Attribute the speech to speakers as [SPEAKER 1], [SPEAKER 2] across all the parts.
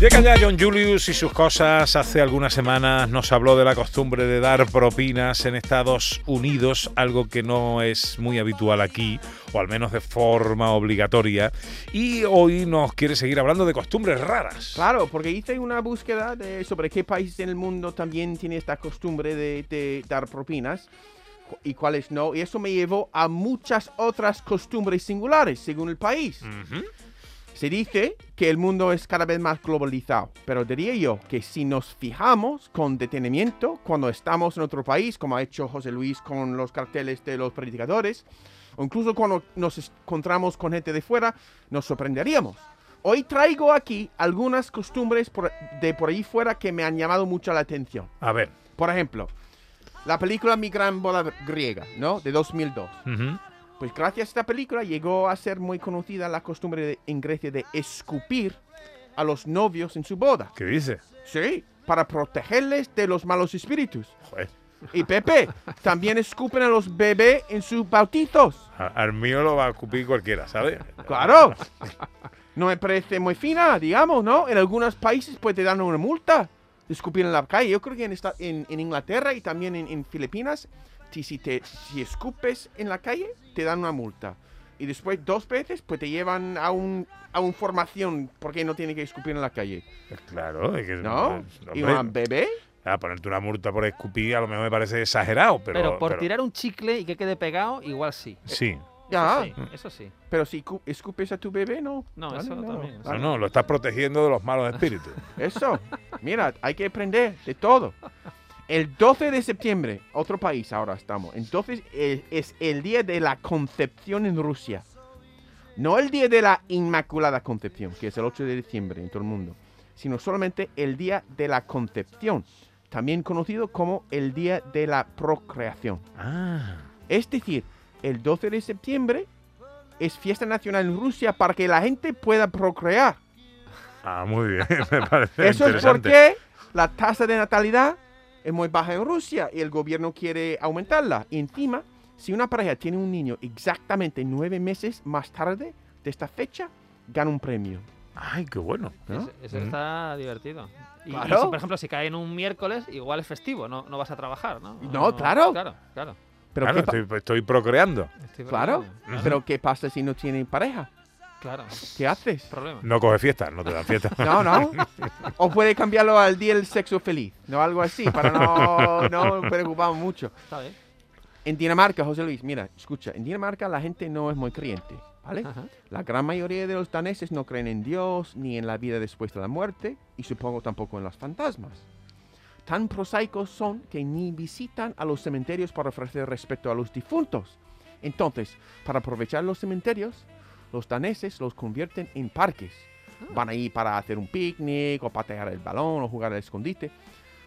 [SPEAKER 1] Llega ya John Julius y sus cosas. Hace algunas semanas nos habló de la costumbre de dar propinas en Estados Unidos, algo que no es muy habitual aquí, o al menos de forma obligatoria. Y hoy nos quiere seguir hablando de costumbres raras.
[SPEAKER 2] Claro, porque hice una búsqueda de- sobre qué país en el mundo también tiene esta costumbre de, de dar propinas cu- y cuáles no. Y eso me llevó a muchas otras costumbres singulares según el país.
[SPEAKER 1] Ujú.
[SPEAKER 2] Se dice que el mundo es cada vez más globalizado, pero diría yo que si nos fijamos con detenimiento cuando estamos en otro país, como ha hecho José Luis con los carteles de los predicadores, o incluso cuando nos es- encontramos con gente de fuera, nos sorprenderíamos. Hoy traigo aquí algunas costumbres por- de por ahí fuera que me han llamado mucho la atención.
[SPEAKER 1] A ver.
[SPEAKER 2] Por ejemplo, la película Mi Gran Boda Griega, ¿no? De 2002.
[SPEAKER 1] Ujú.
[SPEAKER 2] Pues gracias a esta película llegó a ser muy conocida la costumbre de- en Grecia de escupir a los novios en su boda.
[SPEAKER 1] ¿Qué dice?
[SPEAKER 2] Sí, para protegerles de los malos espíritus.
[SPEAKER 1] Joder,
[SPEAKER 2] Y Pepe, también escupen a los bebés en sus bautizos.
[SPEAKER 1] a- al mío lo va a cupir cualquiera, ¿sabes?
[SPEAKER 2] Claro. No me parece muy fina, digamos, ¿no? En algunos países pues te dan una multa de escupir en la calle. Yo creo que en, esta- en- en Inglaterra y también en, en Filipinas, si, si, te, si escupes en la calle, te dan una multa. Y después dos veces pues te llevan a un, a un formación porque no tiene que escupir en la calle,
[SPEAKER 1] Eh, Claro. es que-
[SPEAKER 2] ¿no? Y
[SPEAKER 1] hombre,
[SPEAKER 2] un bebé.
[SPEAKER 1] a ponerte una multa por escupir a lo mejor me parece exagerado, pero...
[SPEAKER 3] Pero, por tirar un chicle y que quede pegado, igual sí.
[SPEAKER 1] Sí.
[SPEAKER 2] Ya,
[SPEAKER 3] Eso sí. Eso sí.
[SPEAKER 2] pero si cu- escupes a tu bebé, no.
[SPEAKER 3] No,
[SPEAKER 2] Vale,
[SPEAKER 3] eso también.
[SPEAKER 1] No, no, lo estás protegiendo de los malos espíritus.
[SPEAKER 2] Eso. Mira, hay que aprender de todo. El 12 de septiembre, otro país ahora estamos. Entonces eh, es el día de la concepción en Rusia. No el día de la Inmaculada Concepción, que es el 8 de diciembre en todo el mundo, sino solamente el día de la concepción, también conocido como el día de la procreación.
[SPEAKER 1] ah.
[SPEAKER 2] Es decir, el 12 de septiembre es fiesta nacional en Rusia para que la gente pueda procrear.
[SPEAKER 1] Ah, muy bien, me parece
[SPEAKER 2] Eso es
[SPEAKER 1] interesante.
[SPEAKER 2] porque la tasa de natalidad es muy baja en Rusia y el gobierno quiere aumentarla. Y encima, si una pareja tiene un niño exactamente nueve meses más tarde de esta fecha, gana un premio.
[SPEAKER 1] Ay, qué bueno.
[SPEAKER 2] ¿no?
[SPEAKER 3] Ese- ese
[SPEAKER 1] Mm.
[SPEAKER 3] está divertido. Y, y
[SPEAKER 2] Claro.
[SPEAKER 3] si, por ejemplo, si cae en un miércoles, igual es festivo, no, no vas a trabajar, ¿no?
[SPEAKER 2] No, claro.
[SPEAKER 3] Claro, claro.
[SPEAKER 2] Pero,
[SPEAKER 1] claro,
[SPEAKER 2] ¿qué, pa-
[SPEAKER 1] estoy, pues, estoy procreando.
[SPEAKER 3] Estoy
[SPEAKER 2] claro,
[SPEAKER 3] perdiendo.
[SPEAKER 2] pero ¿qué pasa si no tienen pareja?
[SPEAKER 3] Claro,
[SPEAKER 2] ¿Qué haces?
[SPEAKER 3] problema.
[SPEAKER 1] No coge fiestas, no te dan fiestas.
[SPEAKER 2] No, no. O puede cambiarlo al día del sexo feliz, no algo así, para no, no preocuparnos mucho.
[SPEAKER 3] Está bien.
[SPEAKER 2] En Dinamarca, José Luis, mira, escucha, en Dinamarca la gente no es muy creyente, ¿vale?
[SPEAKER 3] Ajá.
[SPEAKER 2] La gran mayoría de los daneses no creen en Dios ni en la vida después de la muerte y supongo tampoco en los fantasmas. Tan prosaicos son que ni visitan a los cementerios para ofrecer respeto a los difuntos. Entonces, para aprovechar los cementerios, los daneses los convierten en parques.
[SPEAKER 3] Ah.
[SPEAKER 2] Van ahí para hacer un picnic o patear el balón o jugar al escondite.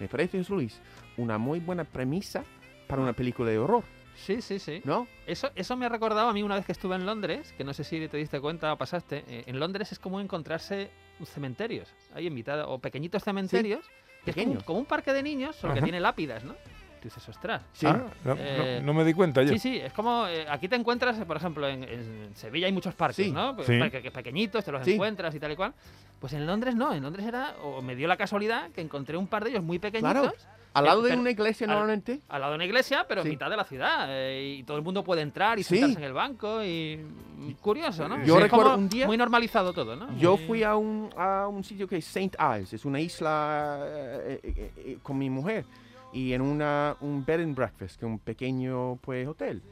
[SPEAKER 2] Me parece, José Luis, una muy buena premisa para una película de horror,
[SPEAKER 3] Sí, sí, sí.
[SPEAKER 2] ¿no?
[SPEAKER 3] Eso, eso me ha recordado a mí una vez que estuve en Londres, que no sé si te diste cuenta o pasaste. eh, en Londres es como encontrarse cementerios, ahí en mitad, o pequeñitos cementerios, que es como, un-
[SPEAKER 2] pequeños.
[SPEAKER 3] como un parque de niños, solo que
[SPEAKER 1] Ajá.
[SPEAKER 3] tiene lápidas, ¿no? Tú dices, ostras.
[SPEAKER 2] Sí.
[SPEAKER 1] Ah, no, no-
[SPEAKER 3] Eh,
[SPEAKER 1] no me di cuenta yo.
[SPEAKER 3] Sí, sí, es como eh, aquí te encuentras, eh, por ejemplo, en, en Sevilla hay muchos parques,
[SPEAKER 2] Sí.
[SPEAKER 3] ¿no? Pe-
[SPEAKER 1] Sí.
[SPEAKER 3] parque- que pequeñitos, te los
[SPEAKER 2] Sí.
[SPEAKER 3] encuentras y tal y cual. Pues en Londres no, en Londres era, o me dio la casualidad que encontré un par de ellos muy pequeñitos.
[SPEAKER 2] Claro. Al lado de
[SPEAKER 3] Pero-
[SPEAKER 2] una iglesia
[SPEAKER 3] al-
[SPEAKER 2] normalmente.
[SPEAKER 3] Al lado de una iglesia, pero
[SPEAKER 2] Sí.
[SPEAKER 3] en mitad de la ciudad. eh, y todo el mundo puede entrar y
[SPEAKER 2] Sí.
[SPEAKER 3] sentarse en el banco. Y. mm, Curioso, ¿no?
[SPEAKER 2] Yo
[SPEAKER 3] Es
[SPEAKER 2] recuerdo
[SPEAKER 3] como
[SPEAKER 2] un día-
[SPEAKER 3] Muy normalizado todo, ¿no?
[SPEAKER 1] Ah,
[SPEAKER 2] Yo
[SPEAKER 3] Muy-
[SPEAKER 2] fui a un, a un sitio que es St. Ives, es una isla eh, eh, eh, con mi mujer, y en una, un bed and breakfast, que es un pequeño pues, hotel,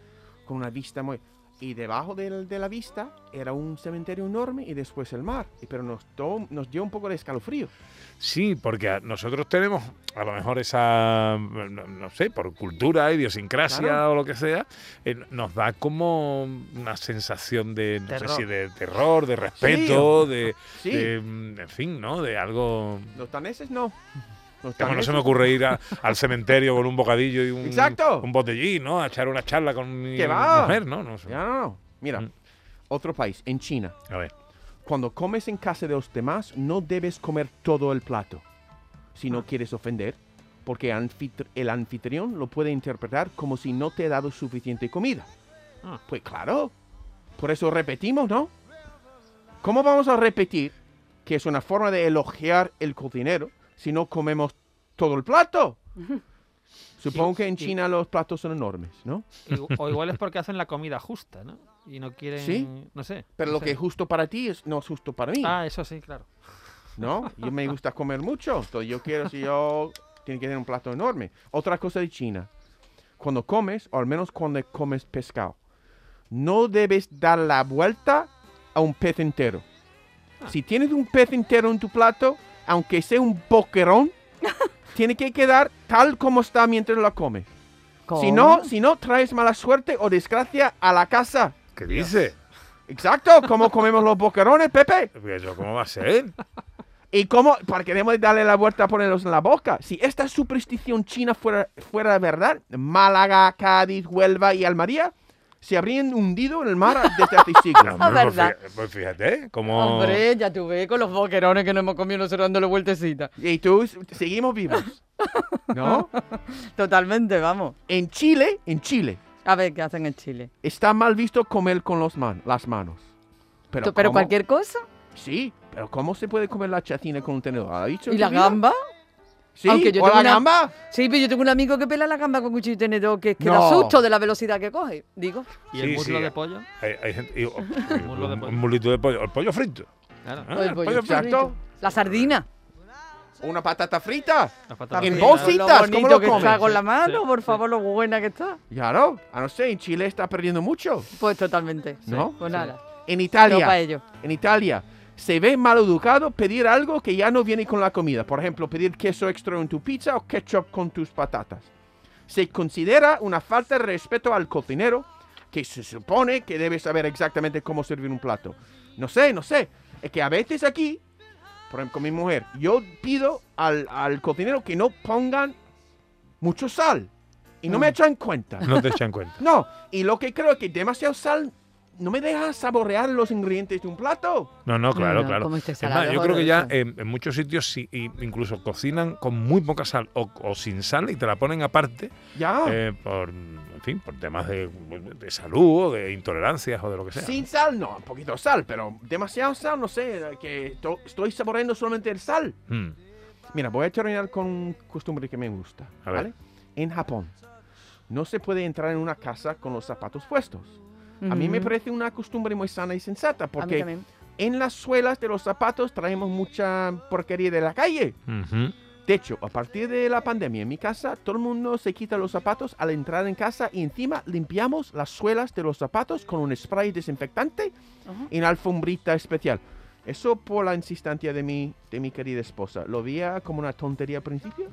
[SPEAKER 2] con una vista muy... Y debajo del- de la vista era un cementerio enorme y después el mar, y- pero nos, to- nos dio un poco de escalofrío.
[SPEAKER 1] Sí, porque a- nosotros tenemos a lo mejor esa, no, no sé, por cultura, idiosincrasia
[SPEAKER 2] Claro.
[SPEAKER 1] o lo que sea, eh, nos da como una sensación de, no sé
[SPEAKER 3] Terror.
[SPEAKER 1] si de terror, de respeto, de,
[SPEAKER 2] Sí,
[SPEAKER 1] de, mm, en fin, ¿no? De algo...
[SPEAKER 2] los daneses no. Los
[SPEAKER 1] Como no se
[SPEAKER 2] daneses-
[SPEAKER 1] me ocurre ir a- al cementerio con un bocadillo y un,
[SPEAKER 2] Exacto.
[SPEAKER 1] un botellín, ¿no? A echar una charla con mi
[SPEAKER 2] ¿Qué va?
[SPEAKER 1] mujer, ¿no? No sé.
[SPEAKER 2] Ya, no, no. Mira,
[SPEAKER 1] Mm.
[SPEAKER 2] otro país, en China.
[SPEAKER 1] A ver.
[SPEAKER 2] Cuando comes Ah. en casa de los demás, no debes comer todo el plato. Si no quieres ofender porque anfitr- el anfitrión lo puede interpretar como si no te he dado suficiente comida.
[SPEAKER 3] Ah.
[SPEAKER 2] Pues claro, por eso repetimos, ¿no? ¿Cómo vamos a repetir que es una forma de elogiar el cocinero si no comemos todo el plato? Supongo que en
[SPEAKER 3] Sí.
[SPEAKER 2] China los platos son enormes, ¿no?
[SPEAKER 3] Igu- O igual es porque hacen la comida justa, ¿no? Y no quieren.
[SPEAKER 2] Sí.
[SPEAKER 3] No sé.
[SPEAKER 2] Pero
[SPEAKER 3] no
[SPEAKER 2] lo
[SPEAKER 3] sé.
[SPEAKER 2] que es justo para ti es, no es justo para mí.
[SPEAKER 3] Ah, eso sí, claro.
[SPEAKER 2] ¿no? Yo me gusta comer mucho, entonces yo quiero, si yo, tiene que tener un plato enorme. Otra cosa de China, cuando comes, o al menos cuando comes pescado, no debes dar la vuelta a un pez entero.
[SPEAKER 3] Ah.
[SPEAKER 2] Si tienes un pez entero en tu plato, aunque sea un boquerón, tiene que quedar tal como está mientras lo comes. Si no, si no, traes mala suerte o desgracia a la casa.
[SPEAKER 1] ¿Qué dice?
[SPEAKER 2] Exacto, como comemos los boquerones, Pepe.
[SPEAKER 1] Pero, Pues ¿Cómo va a ser?
[SPEAKER 2] ¿Y cómo? Para que debemos darle la vuelta a ponerlos en la boca. Si esta superstición china fuera, fuera de verdad, Málaga, Cádiz, Huelva y Almería se habrían hundido en el mar desde hace siglos.
[SPEAKER 1] Hombre, pues
[SPEAKER 4] verdad.
[SPEAKER 1] fíjate- Pues fíjate, como...
[SPEAKER 2] Oh.
[SPEAKER 4] Hombre, ya tuve con los boquerones que nos hemos comido nosotros dándole vueltecita.
[SPEAKER 2] Y tú, seguimos vivos. ¿No?
[SPEAKER 4] Totalmente, vamos.
[SPEAKER 2] En Chile, en Chile,
[SPEAKER 4] A ver qué hacen en Chile.
[SPEAKER 2] está mal visto comer con los man- las manos. Pero,
[SPEAKER 4] To- Pero
[SPEAKER 2] ¿cómo?
[SPEAKER 4] cualquier cosa.
[SPEAKER 2] Sí, pero ¿cómo se puede comer la chacina con un tenedor? ¿Ha dicho
[SPEAKER 4] ¿Y
[SPEAKER 2] tu
[SPEAKER 4] la
[SPEAKER 2] vida?
[SPEAKER 4] gamba?
[SPEAKER 2] Sí,
[SPEAKER 4] Aunque yo
[SPEAKER 2] ¿o
[SPEAKER 4] tengo
[SPEAKER 2] la
[SPEAKER 4] una-
[SPEAKER 2] gamba?
[SPEAKER 4] Sí, pero yo tengo un amigo que pela la gamba con cuchillo y tenedor, que es que da
[SPEAKER 2] No.
[SPEAKER 4] susto de la velocidad que coge. Digo,
[SPEAKER 3] ¿Y
[SPEAKER 1] Sí,
[SPEAKER 3] el muslo
[SPEAKER 1] sí.
[SPEAKER 3] de pollo?
[SPEAKER 1] Hay, hay gente, y-
[SPEAKER 3] muslo de
[SPEAKER 1] un,
[SPEAKER 3] pollo.
[SPEAKER 1] un mulito de pollo. El pollo frito.
[SPEAKER 3] Claro.
[SPEAKER 1] Ah,
[SPEAKER 4] Oye,
[SPEAKER 1] el
[SPEAKER 4] pollo
[SPEAKER 1] pollo frito.
[SPEAKER 4] frito.
[SPEAKER 2] pues, exacto.
[SPEAKER 4] la sardina.
[SPEAKER 2] ¿Una patata frita?
[SPEAKER 3] las patatas
[SPEAKER 2] En
[SPEAKER 3] fritas.
[SPEAKER 4] También,
[SPEAKER 2] bolsa.
[SPEAKER 4] con
[SPEAKER 2] bolsitas,
[SPEAKER 4] Lo
[SPEAKER 2] ¿cómo
[SPEAKER 4] bonito
[SPEAKER 2] lo
[SPEAKER 4] que
[SPEAKER 2] comes?
[SPEAKER 4] está con la
[SPEAKER 3] Sí,
[SPEAKER 4] mano,
[SPEAKER 3] sí,
[SPEAKER 4] por
[SPEAKER 3] sí.
[SPEAKER 4] favor, lo buena que está.
[SPEAKER 2] Claro, a no sé, en Chile está perdiendo mucho,
[SPEAKER 4] Pues totalmente.
[SPEAKER 2] ¿no?
[SPEAKER 4] Pues nada,
[SPEAKER 2] En
[SPEAKER 4] no
[SPEAKER 2] Italia,
[SPEAKER 4] para ello.
[SPEAKER 2] en Italia, se ve mal educado pedir algo que ya no viene con la comida. Por ejemplo, pedir queso extra en tu pizza o ketchup con tus patatas. Se considera una falta de respeto al cocinero, que se supone que debe saber exactamente cómo servir un plato. No sé, no sé. Es que a veces aquí, por ejemplo, con mi mujer, yo pido al, al cocinero que no pongan mucho sal. Y no me echan cuenta.
[SPEAKER 1] No te echan cuenta.
[SPEAKER 2] No, y lo que creo es que demasiado sal no me deja saborear los ingredientes de un plato.
[SPEAKER 1] No, no, claro,
[SPEAKER 4] no,
[SPEAKER 1] claro.
[SPEAKER 4] como este
[SPEAKER 1] Es
[SPEAKER 4] salado,
[SPEAKER 1] más, yo creo que ya
[SPEAKER 4] horroroso.
[SPEAKER 1] en, en muchos sitios sí, y- incluso cocinan con muy poca sal o, o sin sal y te la ponen aparte
[SPEAKER 2] Ya.
[SPEAKER 1] eh, por, en fin, por temas de, pues, de salud o de intolerancias o de lo que sea.
[SPEAKER 2] Sin sal, no, un poquito de sal, pero demasiado sal, no sé, eh, que to- estoy saboreando solamente el sal.
[SPEAKER 1] Mm.
[SPEAKER 2] Mira, voy a terminar con un costumbre que me gusta.
[SPEAKER 1] A ver.
[SPEAKER 2] ¿vale? En Japón, no se puede entrar en una casa con los zapatos puestos. A mí me
[SPEAKER 4] Ujú.
[SPEAKER 2] parece una costumbre muy sana y sensata,
[SPEAKER 4] Mm. A mí
[SPEAKER 2] porque
[SPEAKER 4] también.
[SPEAKER 2] en las suelas de los zapatos traemos mucha porquería de la calle.
[SPEAKER 1] Ujú.
[SPEAKER 2] De hecho, a partir de la pandemia en mi casa, todo el mundo se quita los zapatos al entrar en casa y encima limpiamos las suelas de los zapatos con un spray desinfectante
[SPEAKER 4] Ajá.
[SPEAKER 2] y una alfombrita especial. Eso por la insistencia de mi, de mi querida esposa. Lo veía como una tontería al principio,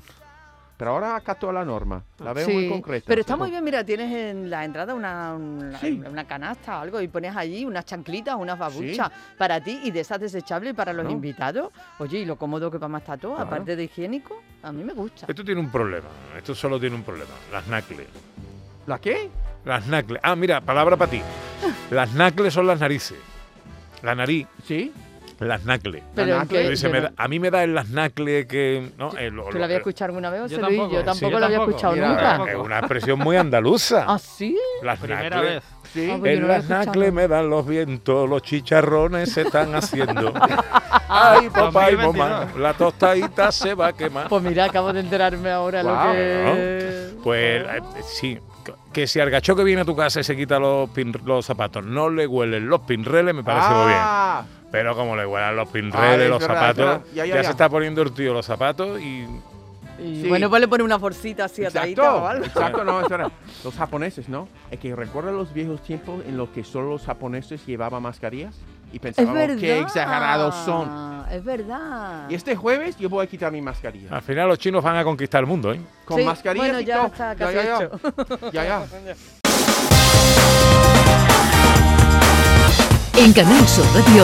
[SPEAKER 2] pero ahora acató la norma. La veo muy
[SPEAKER 4] Sí,
[SPEAKER 2] concreta.
[SPEAKER 4] Pero está muy bien, mira, tienes en la entrada una, una,
[SPEAKER 2] Sí.
[SPEAKER 4] una canasta o algo y pones allí unas chanclitas, unas babuchas para ti y de esas desechables para los
[SPEAKER 2] ¿No?
[SPEAKER 4] invitados. Oye, y lo cómodo que para más está todo,
[SPEAKER 2] Claro.
[SPEAKER 4] aparte de higiénico, a mí me gusta.
[SPEAKER 1] Esto tiene un problema. Esto solo tiene un problema. Las nacles.
[SPEAKER 2] ¿La qué?
[SPEAKER 1] Las nacles. Ah, mira, palabra para ti. Las nacles son las narices. La nariz,
[SPEAKER 2] ¿Sí?
[SPEAKER 1] las nacles.
[SPEAKER 4] Pero
[SPEAKER 2] La
[SPEAKER 4] es
[SPEAKER 2] nacle,
[SPEAKER 4] que
[SPEAKER 1] Dice,
[SPEAKER 4] yo
[SPEAKER 1] me
[SPEAKER 4] no-
[SPEAKER 1] da- a mí me da el las nacles que... No, Eh, lo-
[SPEAKER 4] ¿Tú
[SPEAKER 1] lo-
[SPEAKER 4] lo habías
[SPEAKER 1] eh,
[SPEAKER 4] escuchado alguna vez,
[SPEAKER 3] Yo
[SPEAKER 4] José Luis?
[SPEAKER 3] tampoco.
[SPEAKER 4] Yo
[SPEAKER 3] Sí,
[SPEAKER 4] tampoco
[SPEAKER 1] yo
[SPEAKER 4] lo había
[SPEAKER 3] tampoco.
[SPEAKER 4] escuchado
[SPEAKER 2] Oh, Mira, eh.
[SPEAKER 4] nunca.
[SPEAKER 1] Es una expresión muy andaluza.
[SPEAKER 4] ¿Ah, sí?
[SPEAKER 1] Las
[SPEAKER 3] Primera
[SPEAKER 1] nacles.
[SPEAKER 3] vez.
[SPEAKER 2] ¿Sí?
[SPEAKER 4] Ah, pues yo
[SPEAKER 1] En
[SPEAKER 4] no lo he
[SPEAKER 1] las
[SPEAKER 4] escuchado.
[SPEAKER 1] nacles me dan los vientos, los chicharrones se están haciendo. Ay, papá y mamá,
[SPEAKER 3] 2022.
[SPEAKER 1] la tostadita se va a quemar.
[SPEAKER 4] Pues mira, acabo de enterarme ahora
[SPEAKER 2] Guau,
[SPEAKER 4] lo que...
[SPEAKER 1] Pues eh, sí, que si al gacho que viene a tu casa y se quita los, pin- los zapatos no le huelen los pinreles, me parece muy bien.
[SPEAKER 2] Ah,
[SPEAKER 1] Pero como le huelan los
[SPEAKER 2] Ah,
[SPEAKER 1] pinreles,
[SPEAKER 2] es
[SPEAKER 1] los
[SPEAKER 2] verdad, es
[SPEAKER 1] zapatos,
[SPEAKER 2] verdad. Ya,
[SPEAKER 1] ya,
[SPEAKER 2] ya, ya.
[SPEAKER 1] se está poniendo el tío los zapatos y
[SPEAKER 4] Y
[SPEAKER 2] eh, Sí.
[SPEAKER 4] bueno, pues le pone una forcita así atadita o
[SPEAKER 2] Exacto,
[SPEAKER 4] algo.
[SPEAKER 2] exacto, no, es verdad. Los japoneses, ¿no? Es que recuerda los viejos tiempos en los que solo los japoneses llevaban mascarillas y
[SPEAKER 4] Es
[SPEAKER 2] pensábamos
[SPEAKER 4] verdad.
[SPEAKER 2] qué exagerados son.
[SPEAKER 4] Es verdad.
[SPEAKER 2] Y este jueves yo voy a quitar mi mascarilla.
[SPEAKER 1] al final los chinos van a conquistar el mundo, ¿eh?
[SPEAKER 2] Con
[SPEAKER 4] Ah. Sí,
[SPEAKER 2] mascarilla
[SPEAKER 4] bueno,
[SPEAKER 2] y
[SPEAKER 4] ya
[SPEAKER 2] todo.
[SPEAKER 4] está casi
[SPEAKER 2] ya, ya,
[SPEAKER 4] hecho.
[SPEAKER 2] ya, ya.
[SPEAKER 5] En Canal Sur Radio,